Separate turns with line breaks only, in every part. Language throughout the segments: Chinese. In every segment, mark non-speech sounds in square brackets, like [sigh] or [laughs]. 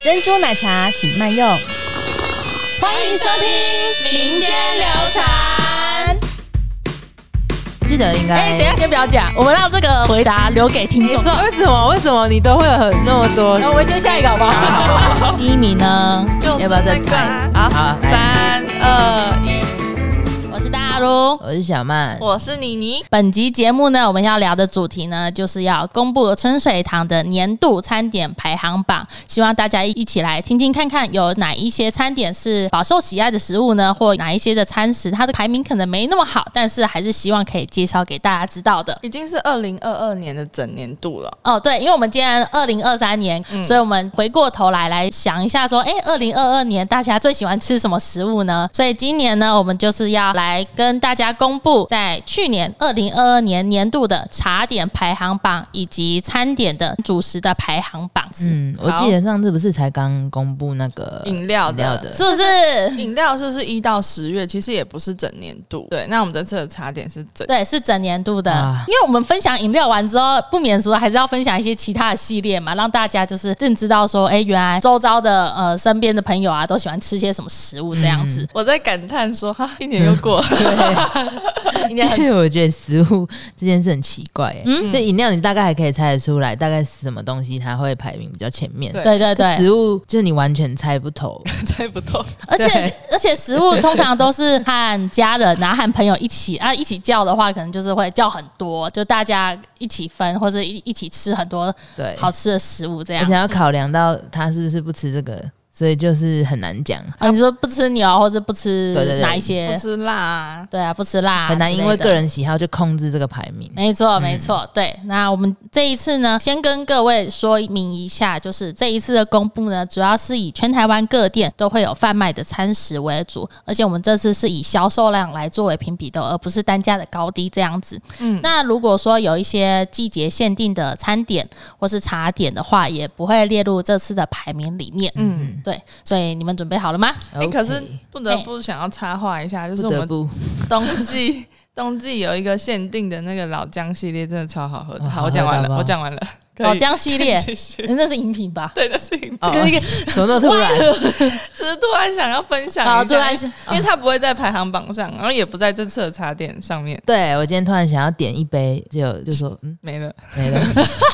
珍珠奶茶请慢用。欢迎收听
民间流
传。记得应该
哎、等一下，先不要讲，我们让这个回答留给听众。
为什么？为什么你都会有很那么多？
那我们先下一个好不好？
第一名呢？
就是
要不要再
那个
猜
啊
好
好，
来
三二一，
我是大如。
我是小曼，
我是妮妮。
本集节目呢，我们要聊的主题呢，就是要公布春水堂的年度餐点排行榜，希望大家一起来听听看看，有哪一些餐点是饱受喜爱的食物呢，或哪一些的餐食它的排名可能没那么好，但是还是希望可以介绍给大家知道的。
已经是二零二二年的整年度了，
哦，对，因为我们今年二零二三年，
嗯
所以我们回过头来来想一下，说，哎，二零二二年大家最喜欢吃什么食物呢？所以今年呢，我们就是要来跟大家公布，在去年二零二二年年度的茶点排行榜以及餐点的主食的排行榜，
嗯，我记得上次不是才刚公布那个
饮料
饮
的
料的
是不是？
饮料是不是一到十月？其实也不是整年度。对，那我们这次的茶点是整。
对，是整年度的，
啊
因为我们分享饮料完之后，不免俗的还是要分享一些其他的系列嘛，让大家就是更知道说，哎，原来周遭的呃身边的朋友啊，都喜欢吃些什么食物这样
嗯
子。
我在感叹说，哈，一年又过了。
[laughs] 其实我觉得食物这件事很奇怪、欸，嗯，就饮料你大概还可以猜得出来，大概是什么东西它会排名比较前面，
[laughs]
对
对对对，
食物就是你完全猜不透，
猜不透。
而 [laughs] 且
对
而且食物通常都是和家人啊、和朋友一起啊一起叫的话，可能就是会叫很多，就大家一起分或者一一起吃很多
对，
好吃的食物这
而
样
且。要考量到他是不是不吃这个，所以就是很难讲，
啊，你说不吃牛或者不 [laughs] 吃
对对对
哪一
[laughs] 不
些？
吃辣啊，
对啊，不吃辣啊之
很
类的，
难因为个人喜好就控制这个排
哎
名。
没错，没错，对。那我们这一次呢，先跟各位说明一下，就是这一次的公布呢，主要是以全台湾各店都会有贩卖的餐食为主，而且我们这次是以销售量来作为评比的，而不是单价的高低这样子。嗯，那如果说有一些季节限定的餐点或是茶点的话，也不会列入这次的排名里面。嗯，对。所以你们准备好
[laughs]
了吗？
哎、可是
OK，
不得不想要插话一下，就
不
是我
得
们 [laughs]
不，
冬季 [laughs] 冬季有一个限定的那个老姜系列，真的超好喝的。
哦
好，我讲完
好喝到
了，
爆
我讲完
[laughs]
了。可以，
老姜系列
[laughs] 继续。
那是饮品吧？
对，那是饮
[laughs]
料
哦， [laughs] 怎么那么突
[laughs]
然？
只是突然想要分享
哦
好
一
突
下，
然
因
想
为因为它不会在排行榜上，然后也不在这次的茶点上面，
对我今天突然想要点一杯，就就说嗯
没了。
没
[laughs]
了。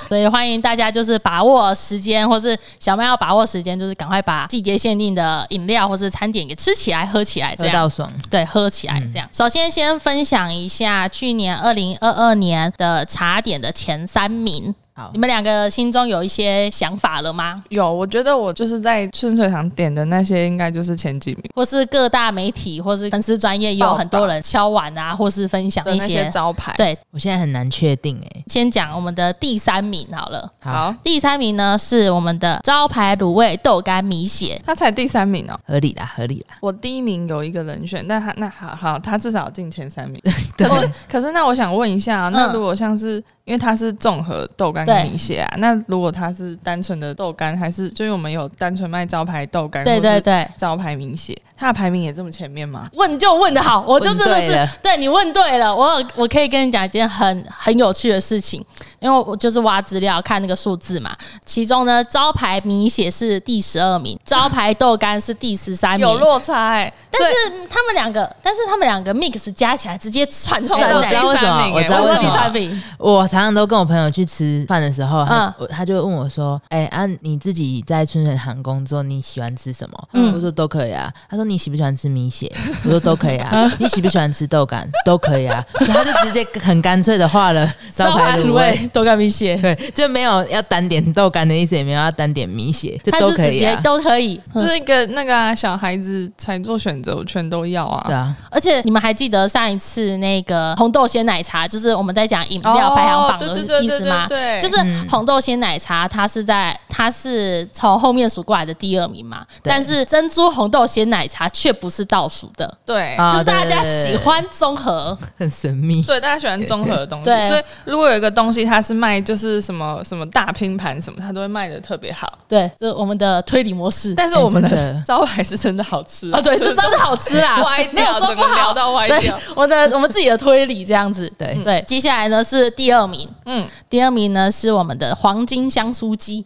所以欢迎大家就是把握时间，或是小麦要把握时间，就是赶快把季节限定的饮料或是餐点给吃起来、喝起来，这
喝
样
到爽，
对，喝起来这样。首先先分享一下去年二零二二年的茶点的前三名，
好
你，们两个心中有一些想法了吗？
有，我觉得我就是在春水堂点的那些，应该就是前几名
或是各大媒体或是粉丝专业也有很多人敲碗啊，或是分享
的
一
那些
些。
招牌。
对，
我现在很难确定哎、
先讲我们的第三名好了。
好，
第三名呢是我们的招牌卤味豆干米血，
他才第三名哦。
合理啦，合理啦。
我第一名有一个人选，但他那好好，他至少进前三名。
[laughs] 对，
可是可是那我想问一下啊、那
嗯
如果像是、因为它是综合豆干
对
跟米血啊，那如果它是单纯的豆干，还是就是我们有单纯卖招牌豆干，
对对，对，
招牌米血，它的排名也这么前面吗？
问就问的好，我就真的
问对了
是对你问对了。我有我可以跟你讲一件很很有趣的事情，因为我就是挖资料看那个数字嘛。其中呢，招牌米血是第十二名，招牌豆干是第十三名
有。落差哎、
但是他们两个，但是他们两个 mix 加起来直接窜
冲
上
到
我知
来
道为什
第三
么，
名
我
欸
知道
冲
为
到
什
第三
么。
名，
我常常都跟我朋友去吃饭的时候，他
嗯、
我他就会问我说：“哎、啊，你自己在春水堂工作，你喜欢吃什么？”
嗯
我说：“都可以啊。”他说：“你喜不喜欢吃米血？”我说：“都可以啊。”你喜不喜欢吃豆干？都可以啊。所以他就直接很干脆的画了招牌
[laughs]
卤味，
豆干米血，
对，就没有要单点豆干的意思，也没有要单点米血，就
他
都
就
可
直
以
接
啊。
都可以。
这是一个那个、啊、小孩子才做选择，我全都要啊。
对啊，
而且你们还记得上一次那个红豆鲜奶茶，就是我们在讲饮料排行榜的意思吗？
哦对嗯
就是红豆鲜奶茶，它是在它是从后面数过来的第二名嘛，
对
但是珍珠红豆鲜奶茶却不是倒数的，
对。
啊
就是大家
对对对
喜欢综合，
很神秘。
所以大家喜欢综合的东西，
对
所以如果有一个东西它是卖就是什么什么大拼盘什么，它都会卖的特别好。
对，这是我们的推理模式。
但是我们
哎真
的
的
招牌是真的好吃
啊，对，
[laughs] 就是
真的好吃啦
歪，
没
掉
有说不
整个聊
好
到歪
对
掉，
我的我们自己的推理这样子。
对
对，接下来呢是第二名，
嗯，
第二名呢是我们的黄金香酥鸡，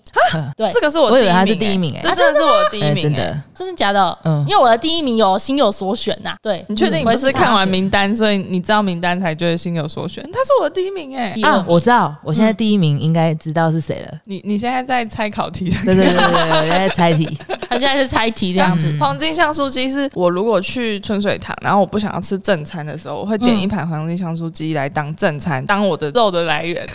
对
这，个是我
我以为他
第
是第
一名欸
一名哎
这真的是我第一
哎，
名
真
哎。
的，
真的假的？
嗯
因为我的第一名有心有所选呐、对，嗯
你确定你不
我也
是
大
看完
学
名单，所以你知道名单才觉得心有所选？他是我的第一名哎、
第二
啊，
名
我知道，我现在第一名应该知道是谁了。
你你现在在猜考题的
对对对对对，我在猜题。
他现在是猜题这
[laughs]
样子，
嗯黄金香酥鸡是我如果去春水堂，然后我不想要吃正餐的时候，我会点
嗯
一盘黄金香酥鸡来当正餐，当我的肉的来源，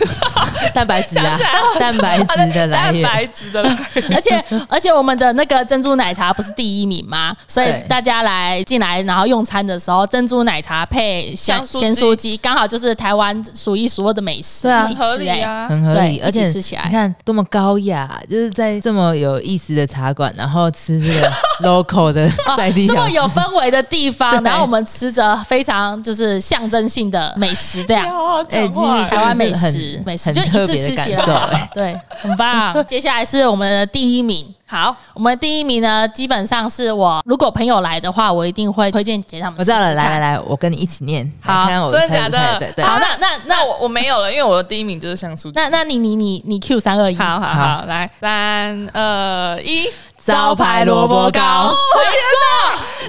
蛋白质啊
讲起来好，
蛋白质的来
蛋
源。
白质的来源。
而且而且我们的那个珍珠奶茶不是第一名吗？所以
对
大家来进来然后用餐的时候，珍珠奶茶配香
香酥鸡
咸酥鸡，刚好就是台湾数一数二的美食，
对啊
一起
很 [laughs] 合
吃
理
哎、
啊！
很合理，
对
而且
一起吃起来
你看多么高雅，就是在这么有意思的茶馆，然后吃这个 local 的
啊
哎
在地
这
小
么
吃
有氛围的地方，
[laughs]
对
然后我们吃着非常就是象征性的美食，这
哎
样
好好
哎，
讲
今
话
天
哎
台湾美
很
食美食
很
就一
特
次
别
吃
的感
起来
受，哎，
对，很棒。接下来是我们的第一名，
好，
我们第一名呢，基本上是我如果朋友来的话，我一定会推荐给他们
我
吃
知
吃
道
看。
了，来来来，我跟你一起念，
好
来看看我
真的
猜
假
不猜
的？
对对，
好
好，
那
那
那
那那我我没有了，因为我的第一名就是香酥鸡。
那那你你你你 Q 三二一，
好好好，来三二一，
招牌萝卜糕
哦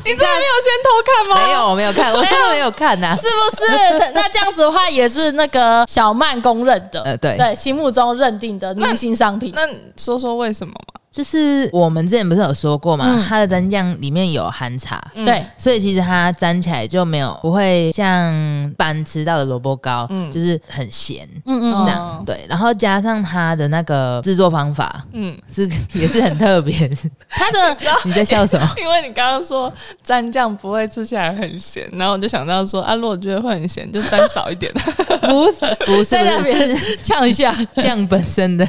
你真的没有先偷看吗？
没有，我没有看，我真的没有看呐。
是不是？那这样子的话，也是那个小曼公认的，
呃对
对，心目中认定的明星商品。
那你说说为什么嘛？
就是我们之前不是有说过嘛
嗯，
它的蘸酱里面有含茶，
嗯
对，
所以其实它沾起来就没有不会像般吃到的萝卜糕，
嗯
就是很咸。
嗯
这
嗯嗯，
样、
哦
对，然后加上它的那个制作方法
嗯，
是 [laughs] 也是很特别 [laughs] 的。
他
[laughs]
的
你在笑什么？
因为你刚刚说蘸酱不会吃起来很咸，然后我就想到说啊，如果觉得会很咸，就蘸少一点。
不是不是
在那
不
边
是
呛一下。
是酱本身的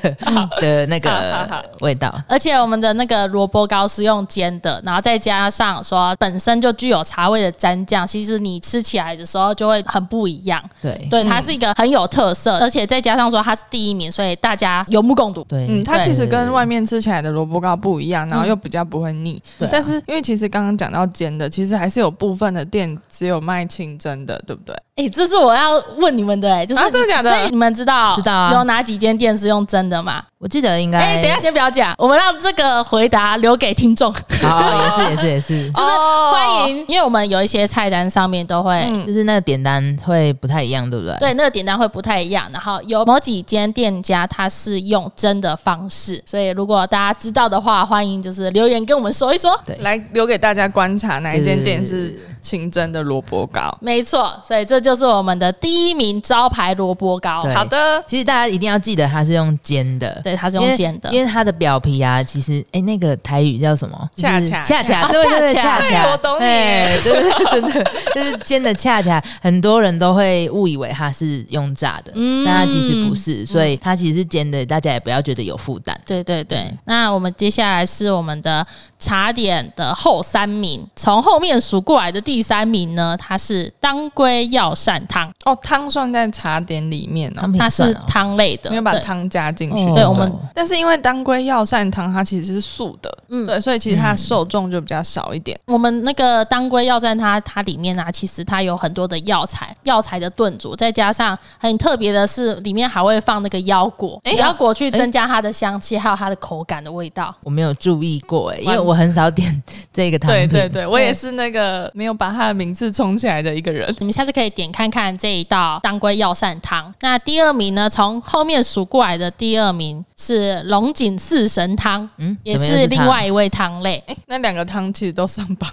的那
好好好
个味道。
而且我们的那个萝卜糕是用煎的，然后再加上说本身就具有茶味的蘸酱，其实你吃起来的时候就会很不一样。
对
对，它是一个很有特色，而且再加上说它是第一名，所以大家有目共睹。
对，
嗯，它
对
其实跟外面吃起来的萝卜糕不一样，然后又比较不会腻。
对啊
但是因为其实刚刚讲到煎的，其实还是有部分的店只有卖清蒸的，对不对？
哎、这是我要问你们的、哎，就是、
啊真的假的
所以你们知道
知道啊
有哪几间店是用真的吗？
我记得应该
哎、等一下先不要讲，我们让这个回答留给听众，就
好，哦也是也是也是，
是
哦
欢迎，因为我们有一些菜单上面都会。
嗯
就是那个点单会不太一样，对不对？
对，那个点单会不太一样。然后有某几间店家它是用真的方式，所以如果大家知道的话，欢迎就是留言跟我们说一说。
对
来留给大家观察哪一间店
对对
是
对
清蒸的萝卜糕。
没错，所以这就是我们的第一名招牌萝卜糕。
对
好的，
其实大家一定要记得它是用煎的，
对它是
因
用
为
煎的。
因为它的表皮啊，其实哎、那个台语叫什么？
恰
就是
恰
恰恰，
恰
对对对，
恰
恰
恰
对，我
恰。
懂你耶。
哎，对对对，真的就是煎的恰恰，很多人都会误以为它是用炸的，
嗯
但它其实不是，所以它其实是煎的，大家也不要觉得有负担。
对对对，那我们接下来是我们的茶点的后三名，从后面数过来的第三名呢，它是当归药膳汤，
哦，汤算在茶点里面
他
哦，
们
它
也算
是
哦
汤类的，
没有把
对
汤加进去。
哦
对我们
但是因为当归药膳汤它其实是素的，
嗯
对，所以其实它的受众就比较少一点。
我们那个当归药膳它，它里面呢、啊其实它有很多的药材，药材的炖煮，再加上很特别的是，里面还会放那个腰果，腰果去增加它的香气，还有它的口感的味道。
我没有注意过、哎，因为我很少点这个汤
嗯对
品。
对对，我也是那个没有把他的名字冲起来的一个人。
你们下次可以点看看这一道当归药膳汤。那第二名呢，从后面数过来的第二名是龙井四神汤，
嗯
也
怎么又
是
是
另
汤
外一味汤类。
哎、那两个汤其实都上榜，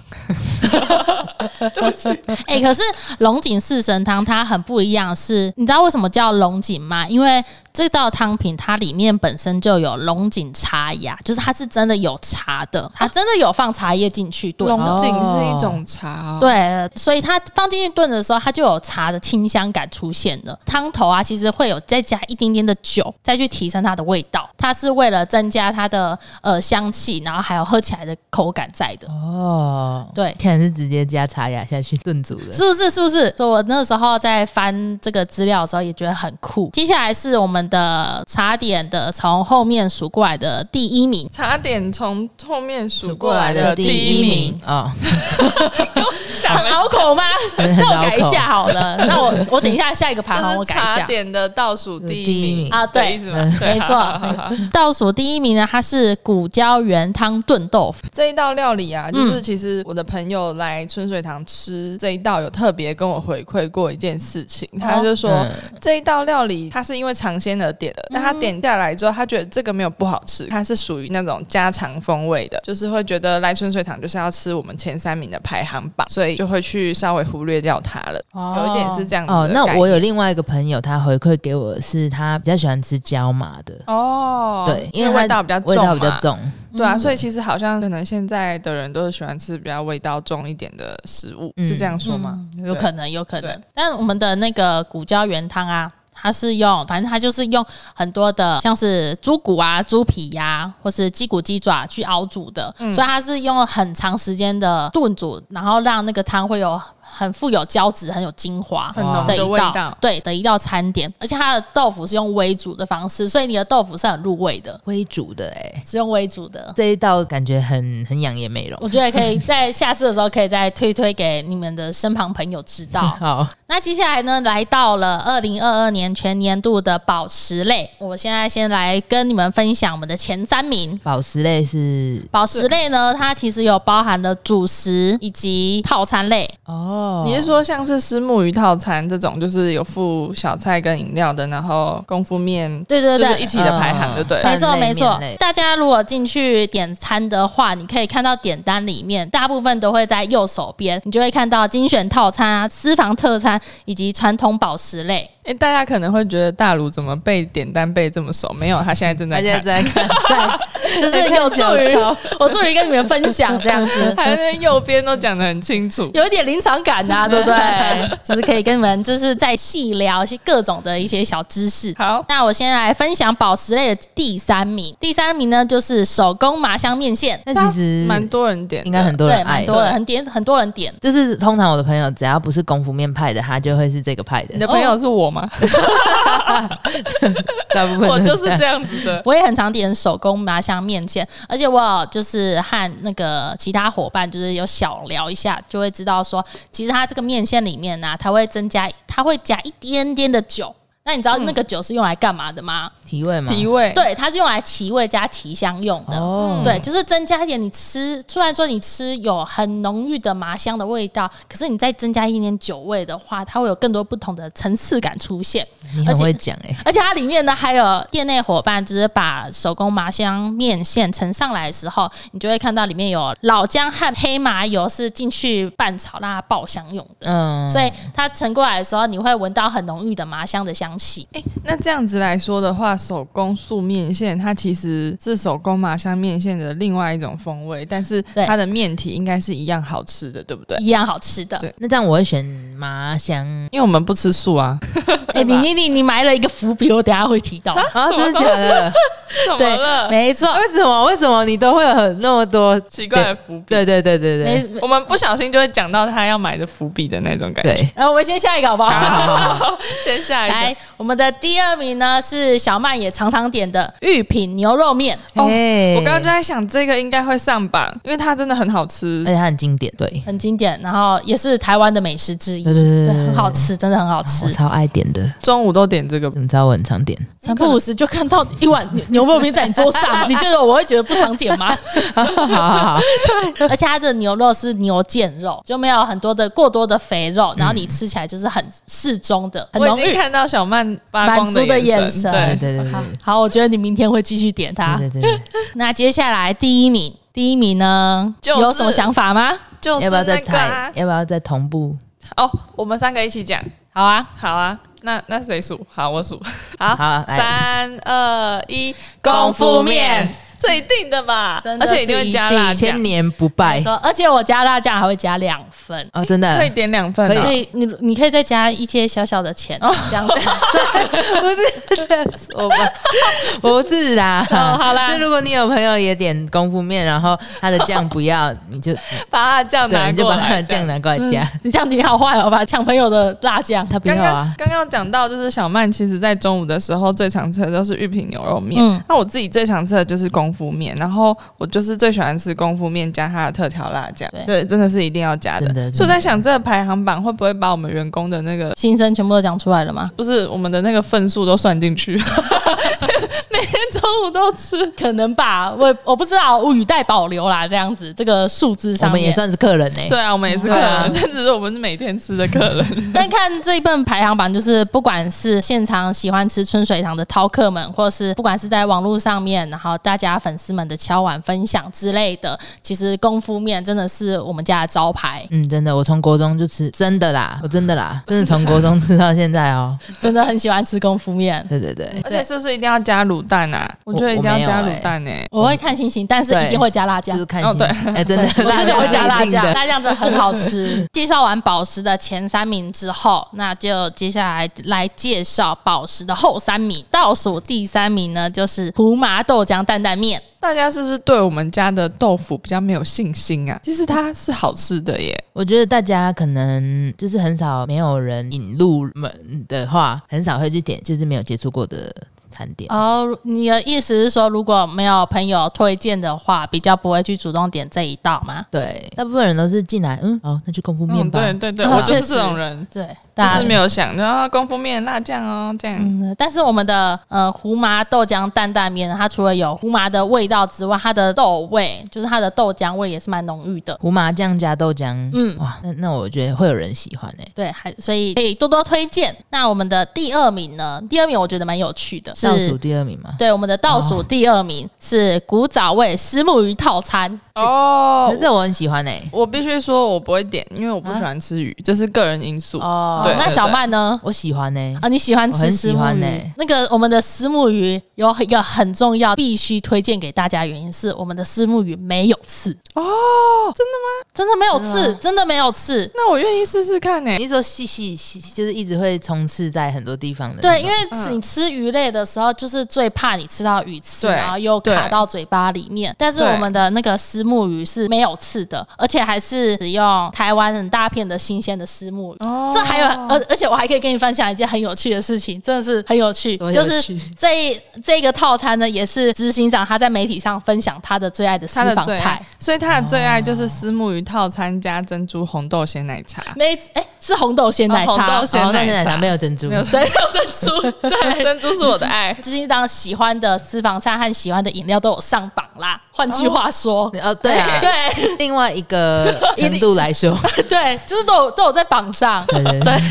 哎、可是龙井四神汤它很不一样是，你知道为什么叫龙井吗？因为这道汤品它里面本身就有龙井茶芽，就是它是真的有茶的，它真的有放茶叶进去炖。
龙井是一种茶、哦，，
对，所以它放进去炖的时候，它就有茶的清香感出现了。汤头啊，其实会有再加一点点的酒，再去提升它的味道。它是为了增加它的呃香气，然后还有喝起来的口感在的。
哦，
对，
看来是直接加茶芽下去炖煮的。
是不是？是不是？所以我那时候在翻这个资料的时候也觉得很酷。接下来是我们们的茶点的从后面数过来的第一名。
茶点从后面数
数过
过
来
来
的
的
第
第
一
一
名
名，
啊，
想
很拗口吗？
很
那我改一
拗口
下好了。 [laughs] 那我我等一下下一个排行我
就是
改一
茶
下。
点的倒数第一名
啊对
的意思吗？对
没错
好好好好
倒数第一名呢，它是骨胶原汤炖豆腐。
[laughs] 这一道料理啊，就是其实我的朋友来春水堂吃这一道，有特别跟我回馈过一件事情，他就说、
嗯
这一道料理他是因为尝鲜而点的，
嗯
但他点下来之后，他觉得这个没有不好吃，他是属于那种家常风味的，就是会觉得来春水堂就是要吃我们前三名的排行榜，所以就会去稍微忽略掉它了，
哦
有一点是这样子的
哦，那
概念
我有另外一个朋友，他回馈给我的是他比较喜欢吃椒麻的，
哦，
对，
因
为他
味道比较重嘛，
味道比较重，
对
嗯
啊，所以其实好像可能现在的人都是喜欢吃比较味道重一点的食物，
嗯
是这样说吗？
嗯有可能，有可能
对。
但我们的那个骨胶原汤啊，它是用，反正它就是用很多的像是猪骨啊、猪皮呀、或是鸡骨、鸡爪去熬煮的，
嗯
所以它是用很长时间的炖煮，然后让那个汤会有。很富有胶质，很有精华
很浓
的一
的味
道
道，
对的一道餐点，而且它的豆腐是用微煮的方式，所以你的豆腐是很入味的，
微煮的哎，
是用微煮的。
这一道感觉很很养颜美容。
我觉得可
[laughs]
以在下次的时候可以再推推给你们的身旁朋友知
哦
道。
好，
那接下来呢，来到了二零二二年全年度的宝石类，我现在先来跟你们分享我们的前三名。
宝石类是
宝石类呢，它其实有包含了主食以及套餐类，
哦，
你是说像是石木鱼套餐这种，就是有附小菜跟饮料的，然后功夫面，
对对
就是
对
一。起的排行，对不对？
没错，
饭类
没错
面类。
大家如果进去点餐的话，你可以看到点单里面大部分都会在右手边，你就会看到精选套餐啊、私房特餐以及传统宝石类。
哎，大家可能会觉得大卢怎么背点单背这么熟？没有，他现在
[laughs]
正
大
在
家
看。
在看，
[laughs] 就是
哎看
有助
小
于
抄
有助于跟你们分享这样子。
还在右边都讲得很
[laughs]
清楚，
有一点临场感
[laughs]
的、啊，对不对？就是可以跟你们就是再细聊一些各种的一些小知识。
好，
那我先来分享宝石类的第三名，第三名呢就是手工麻香面线，
但其实
蛮多人点的，
应该很多人
对，
爱
蛮多人很点，很多人点。
就是通常我的朋友只要不是功夫面派的，他就会是这个派
你
的，
的朋友是我吗？
大部分
我
都
就是这样子的。
我也很常点手工麻香面线，而且我有就是和那个其他伙伴就是有小聊一下，就会知道说，其实它这个面线里面呢、啊它会增加，它会加一点点的酒。那你知道
嗯
那个酒是用来干嘛的吗？
提味嘛，
提味，
对，它是用来提味加提香用的。嗯
哦
对，就是增加一点你吃，虽然说你吃有很浓郁的麻香的味道，可是你再增加一点点酒味的话，它会有更多不同的层次感出现。
你
而
很
且
会讲哎，
而且它里面呢还有店内伙伴，就是把手工麻香面线盛上来的时候，你就会看到里面有老姜和黑麻油是进去拌炒让它爆香用的。
嗯，
所以它盛过来的时候，你会闻到很浓郁的麻香的香气。
诶那这样子来说的话，手工素面线它其实是手工麻香面线的另外一种风味，但是
对
它的面体应该是一样好吃的，对不对？
一样好吃的。
对
那这样我会选麻香
因为我们不吃素啊，
哎、你你你你埋了一个伏笔，我等一下会提到。
啊，真的假的？
怎
对
么了，？
没错，
[laughs] 为什么？为什么你都会有很那么多
奇怪的伏笔，
对对对对
没
对。
没。
[laughs] 我们不小心就会讲到他要买的伏笔的那种感觉。
对，
然呃后我们先下一个好不好？
[laughs] 哦先下
[laughs]
一
来
个，，
我们的第二名呢是小曼也常常点的玉品牛肉面。
哦
哎
我刚刚就在想这个应该会上榜，因为它真的很好吃
而。且它很经典，对，对
很经典，然后也是台湾的美食之一，
对对哦
对，
对，
很好吃，真的很好吃
我。超爱点的。
中午都点这个，
你知道我很常
[laughs]
点，
三不五时就看到一碗牛牛肉面在你桌上，你觉得我会觉得不常点吗？
好好好，
而且它的牛肉是牛腱肉，就没有很多的过多的肥肉，然后你吃起来就是很适中的，很
我已
浓
经
郁。
看到小曼发光
满足的眼
眼
神
对
对，
对对对
好好，我觉得你明天会继续点
啊
它。
对对对，
那接下来第一名，第一名呢，
就是
有什么想法吗？
就
要
是
不要再
那个啊
猜？要不要再同步？
哦，我们三个一起讲。
好啊，
好啊，那那 [laughs] 谁数？好，我数。好，
好来
三二一，
功夫面。
这一定的吧？
真的
而
是
且一定会加辣酱
千，年不
哎
败
说，而且我加辣酱还会加两份。
哦，真的
可以点两份
可以
啊
所。以你你可以再加一些小小的钱，
哦
这
[laughs]
样子。
[laughs] 不是这样说吧？不是啦，
哦好啦
就如果你有朋友也点功夫面，然后他的酱不要，你就
把辣酱
对，
拿
你就
过
把他的
来这样。
酱拿过来加。
嗯你这样挺好坏哦，把抢朋友的辣酱。
他不
刚
要
刚
啊，
刚刚讲到，就是小曼其实在中午的时候最常吃的都是玉品牛肉面。
嗯
那我自己最常吃的就是功夫面，然后我就是最喜欢吃功夫面加它的特调辣酱，
对
对，真的是一定要加的。
真的真的
所以我在想，这个排行榜会不会把我们员工的那个，
心声全部都讲出来了吗？
不是我们的那个份数都算进去？ [laughs] 每天中午都吃，
可能吧，我我不知道，我语带保留啦，这样子这个数字
我
上
们也
面。
算是客人呢。
对啊，我们也是客
对啊
人，但只是我们是每天吃的客人。
但看这一份排行榜，就是不管是现场喜欢吃春水堂的饕客们，或是不管是在网络上面，然后大家粉丝们的敲碗分享之类的，其实功夫面真的是我们家的招牌，
嗯，真的，我从国中就吃，真的啦，我真的啦，真的从国中吃到现在哦。 [laughs]
真的很喜欢吃功夫面。
对对对，
而且是不是一定要加卤蛋啊？ [laughs] 我
我
觉得一定要加
我没有
卤蛋欸诶、
[laughs] 我欸会看心情，但是一定会加辣
就
酱
是。看
哦
心情。哎，真的， [laughs]
我真的会加辣
一定
酱，
的
辣酱真的很好吃。介绍完宝石的前三名之后，那就接下来来介绍宝石的后三名。倒数第三名呢，就是胡麻豆浆担担面。
大家是不是对我们家的豆腐比较没有信心啊？其实它是好吃的耶，
我觉得大家可能就是很少没有人引入门的话，很少会去点，就是没有接触过的餐点。
哦，你的意思是说，如果没有朋友推荐的话，比较不会去主动点这一道吗？
对，大部分人都是进来，嗯，哦，那就功夫面
嗯，
吧。
对对对，
啊
我就
确
是
实
这种人，
对，
就
大
是
家。
没有想，然后功夫面辣酱哦，这样。
嗯，但是我们的呃胡麻豆浆担担面呢，它除了有胡麻的味道之外，它的豆味，就是它的豆浆味也是蛮浓郁的。
胡麻酱加豆浆，
嗯
嗯，哇，那那我觉得会有人喜欢欸诶、
对，还所以可以多多推荐。那我们的第二名呢？第二名我觉得蛮有趣的，
倒数
是
第二名嘛，
对我们的倒
哦
数第二名是古早味石目鱼套餐。
可
哦
是，这我很喜欢欸诶、
我必须说，我不会点，因为我不喜欢吃鱼，这是个人因
啊
素。
哦
对
那小曼呢？
我喜欢欸诶、
啊，你喜欢
我
吃
很
石
喜
目
欢
鱼？
欸
那个我们的石目鱼有一个很重要，必须推荐给大家，的原因是我们的石目鱼没有刺哦，真的吗？真的没有刺，真的没有刺。
那我愿意试试看呢。
嗯
你是说细细细，就是一直会冲刺在很多地方的那种，
对，因为吃你吃鱼类的时候，就是最怕你吃到鱼刺，
对
然后又卡
对
到嘴巴里面。但是
对
我们的那个石目鱼是没有刺的，而且还是使用台湾很大片的新鲜的石目鱼。
哦
这还有，而而且我还可以跟你分享一件很有趣的事情，真的是很有趣，
多有
就是
趣
这一这个套餐呢，也是执行长他在媒体上分享他的最爱的私
他的
房
最
菜啊
爱。，所以他的最爱就是丝木鱼套餐加珍珠红豆鲜奶茶。
没哎，是红豆鲜
哦
奶
红
茶，
豆鲜
哦，那
奶
奶茶
茶
没有珍珠，
没有
[laughs] 对，有珍
[laughs]
珠，对，，
珍珠是我的爱
执行长喜欢的私房菜和喜欢的饮料都有上榜啦。换句话说，
[laughs] 哦，对啊，
[laughs] 对
另外一个程度来说， [laughs]
对，就是都有都有在榜上。
对对对，
你们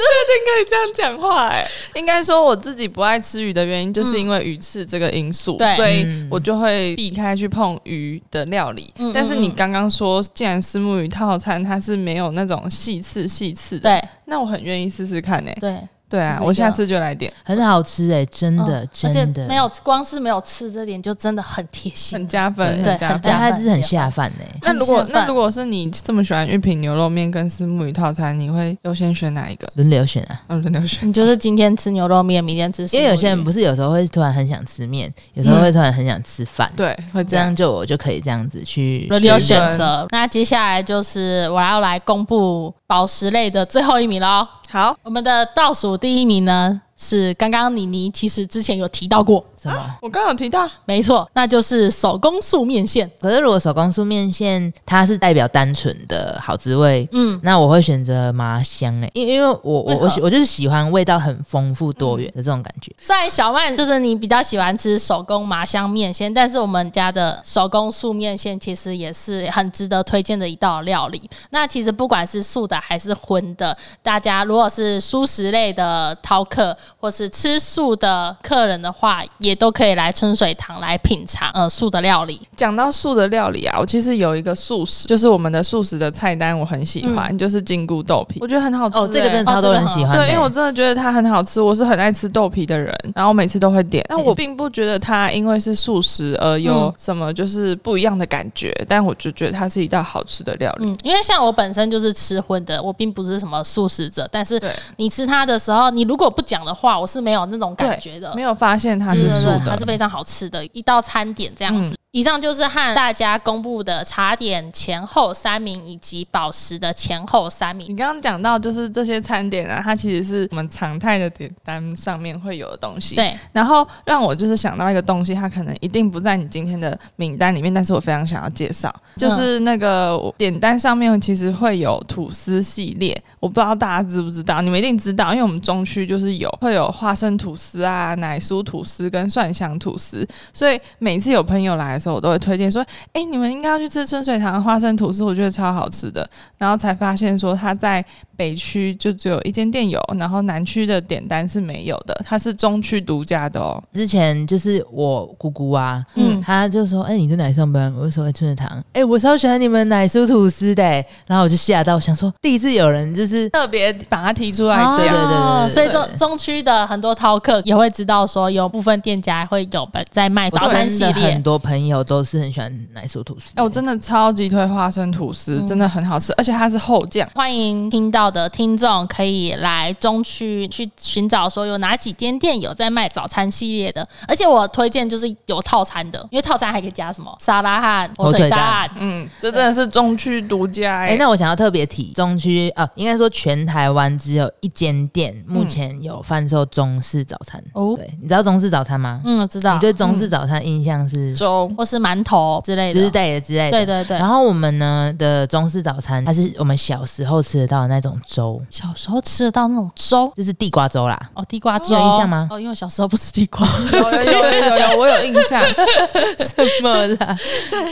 确定可以这样讲话、哎，应该说我自己不爱吃鱼的原因，就是因为鱼刺这个因素，
对
所以我就会避开去碰鱼的料理。
嗯
但是你刚刚说，既然是木鱼套餐，它是没有那种细刺细刺的，
对
那我很愿意试试看呢、哎
对，
对
这
啊
是一，个
我下次就来点，
很好吃诶、真的、
嗯而且
真的
没。有光是没有吃这点就真的很贴
很
心。
加分，
对
很加
很
分
加。
但它是很下饭欸呢、
那如果
很下饭
那如果是你这么喜欢玉品牛肉面跟丝木鱼套餐，你会优先选哪一个？
轮流选啊，
嗯，轮流选。
你就是今天吃牛肉面，明天吃石目鱼，
因为有些人不是有时候会突然很想吃面，有时候会突然很想吃饭，
对，会
这
这样。
样就我就可以这样子去
轮流
选
选
择
择。那接下来就是我要来公布宝石类的最后一名喽。
好，
我们的倒数第一名呢是刚刚妮妮，其实之前有提到过，
什么。
我刚刚有提到，
没错，那就是手工素面线。
可是如果手工素面线，它是代表单纯的好滋味，
嗯，
那我会选择麻香诶、因因为嗯我
为
我
何
我喜我就是喜欢味道很丰富多元的这种感觉。
虽然小曼就是你比较喜欢吃手工麻香面线，但是我们家的手工素面线其实也是很值得推荐的一道料理。那其实不管是素的还是荤的，大家如果是素食类的饕客或是吃素的客人的话，也也都可以来春水堂来品尝呃素的料理。
讲到素的料理啊，我其实有一个素食，就是我们的素食的菜单，我很喜欢，就是金菇豆嗯皮，我觉得很好吃、欸
哦，这个真的
哦
超多
这个
人
很
喜
好
欢的。
对，因为我真的觉得它很好吃，我是很爱吃豆皮的人，然后我每次都会点。但我并不觉得它 [laughs] 因为是素食而有什么就是不一样的感觉，但我就觉得它是一道好吃的料理。
嗯，因为像我本身就是吃荤的，我并不是什么素食者，但是
对
你吃它的时候，你如果不讲的话，我是没有那种感觉的。
没有发现它
对
是
对
素
对，它
的
是，非嗯常好吃的一道餐点这样子。以上就是和大家公布的茶点前后三名以及宝石的前后三名。
你刚刚讲到就是这些餐点啊，它其实是我们常态的点单上面会有的东西。。
对，
然后让我就是想到一个东西，它可能一定不在你今天的名单里面，但是我非常想要介绍，就是那个点单上面其实会有吐司系列，我不知道大家知不知道，你们一定知道，因为我们中区就是有会有花生吐司啊、奶酥吐司跟蒜香吐司，所以每次有朋友来的时候，我都会推荐说，哎，你们应该要去吃春水堂的花生吐司，我觉得超好吃的。然后才发现说它在北区就只有一间店有，然后南区的点单是没有的，它是中区独家的哦。
之前就是我姑姑啊，
嗯
嗯，她就说：“哎、你在哪里上班？”我就说：“哎、春水堂。哎、我超喜欢你们奶酥吐司的、然后我就吓到，想说第一次有人就是
特别把它提出来
哦
讲，
对对对对对
所以
对
中中区的很多饕客也会知道说，有部分店家会有在卖早餐系
我真的
列
很。多朋友都是很喜欢奶酥吐司。
哎、我真的超级推花生吐司，真的很好吃，而且它是厚酱。
欢迎听到的听众可以来中区去寻找，说有哪几间店有在卖早餐系列的。而且我推荐就是有套餐的，因为套餐还可以加什么沙拉和火
火
腿
腿
蛋
蛋。
嗯，这真的是中区独家哎、
哎、那我想要特别提中区啊，应该说全台湾只有一间店目前有贩售中式早餐。
哦
对，你知道中式早餐吗？
嗯，我知道
你，对中式早餐印象是
粥
或是馒头之类的。
之类的之类的？
对对对。
然后我们呢的中式早餐，它是我们小时候吃得到的那种粥，
小时候吃得到那种粥
就是地瓜粥
[laughs]
啦。
哦，地瓜粥
有印象吗
哦，因为我小时候不吃地
[laughs]
瓜。
有有有有有，我有印象。
什么啦？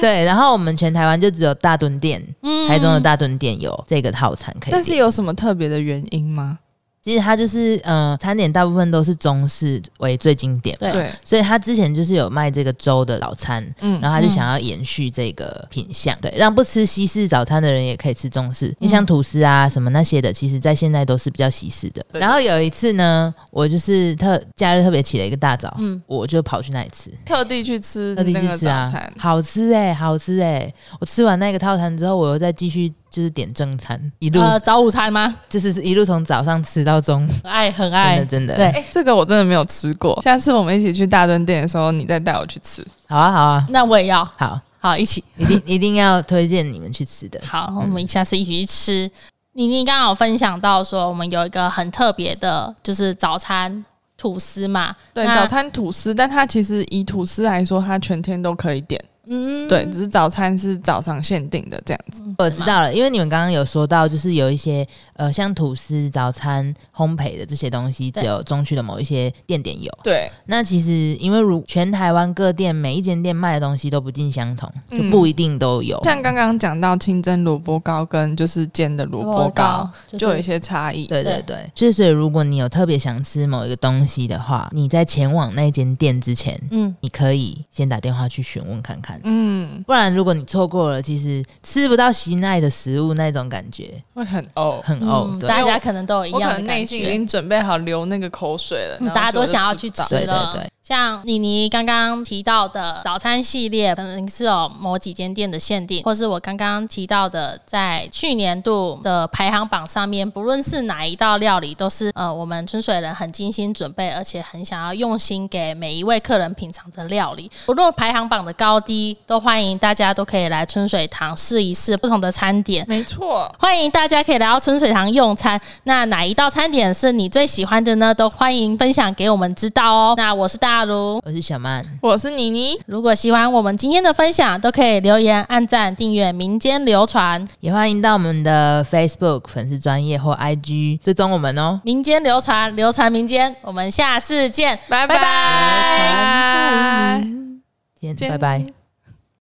对，然后我们全台湾就只有大墩店，
嗯
台中的大墩店有这个套餐可以点。
但是有什么特别的原因吗？
其实它就是呃，餐点大部分都是中式为最经典，
对
对，
所以他之前就是有卖这个粥的早餐，
嗯
然后他就想要延续这个品相，对，让不吃西式早餐的人也可以吃中式，
嗯
因为像吐司啊什么那些的，其实在现在都是比较西式的。
对
然后有一次呢，我就是特假日特别起了一个大早，
嗯
我就跑去那里吃。
特地去吃
特地
那
去
个
吃
早
啊
餐，，
好吃哎、好吃哎、我吃完那个套餐之后，我又再继续就是点正餐，一路、
呃，早午餐吗？
就是一路从早上吃到中午，
很爱很
真
爱
的，真的。
哎对，
这个我真的没有吃过。下次我们一起去大墩店的时候，你再带我去吃。
好啊，好啊，
那我也要
好，
好一起。
一定一定要推荐你们去吃的。
好，我们下次一起去吃。妮妮刚刚有分享到说，我们有一个很特别的，就是早餐吐司嘛。
对，
那
早餐吐司，但它其实以吐司来说，它全天都可以点。
嗯
对，只是早餐是早上限定的这样子。
我知道了，因为你们刚刚有说到，就是有一些呃，像吐司、早餐、烘焙的这些东西，
对
只有中区的某一些店点有。
对，
那其实因为如全台湾各店每一间店卖的东西都不尽相同，就
嗯
不一定都有。
像刚刚讲到清蒸萝卜糕跟就是煎的萝卜糕，就有
是
一些差异。
对
对
对对，所以所以如果你有特别想吃某一个东西的话，你在前往那间店之前，
嗯，
你可以先打电话去询问看看。
嗯，
不然，如果你错过了，其实吃不到喜奈的食物那种感觉
会很哦。
很呕、
嗯
对。
大家可能都有一
我
样
可
的
能
感
内心已
觉。
经准备好流那个口水了，
嗯
然后
大家都
就
想要去
吃不
吃
到
了，
对对对
像妮妮刚刚提到的早餐系列，可能是有某几间店的限定，或是我刚刚提到的，在去年度的排行榜上面，不论是哪一道料理，都是呃我们春水人很精心准备，而且很想要用心给每一位客人品尝的料理。不论排行榜的高低，都欢迎大家都可以来春水堂试一试不同的餐点。
没错，
欢迎大家可以来到春水堂用餐。那哪一道餐点是你最喜欢的呢？都欢迎分享给我们知道哦。那我是大如。
我是小曼，
我是妮妮，
如果喜欢我们今天的分享，都可以留言、按赞、订阅《民间流传》。《
也欢迎到我们的 Facebook 粉丝专业或 IG 追踪我们哦。
民间流传，流传民间。我们下次见，
拜
拜拜
拜
今天
见
拜拜。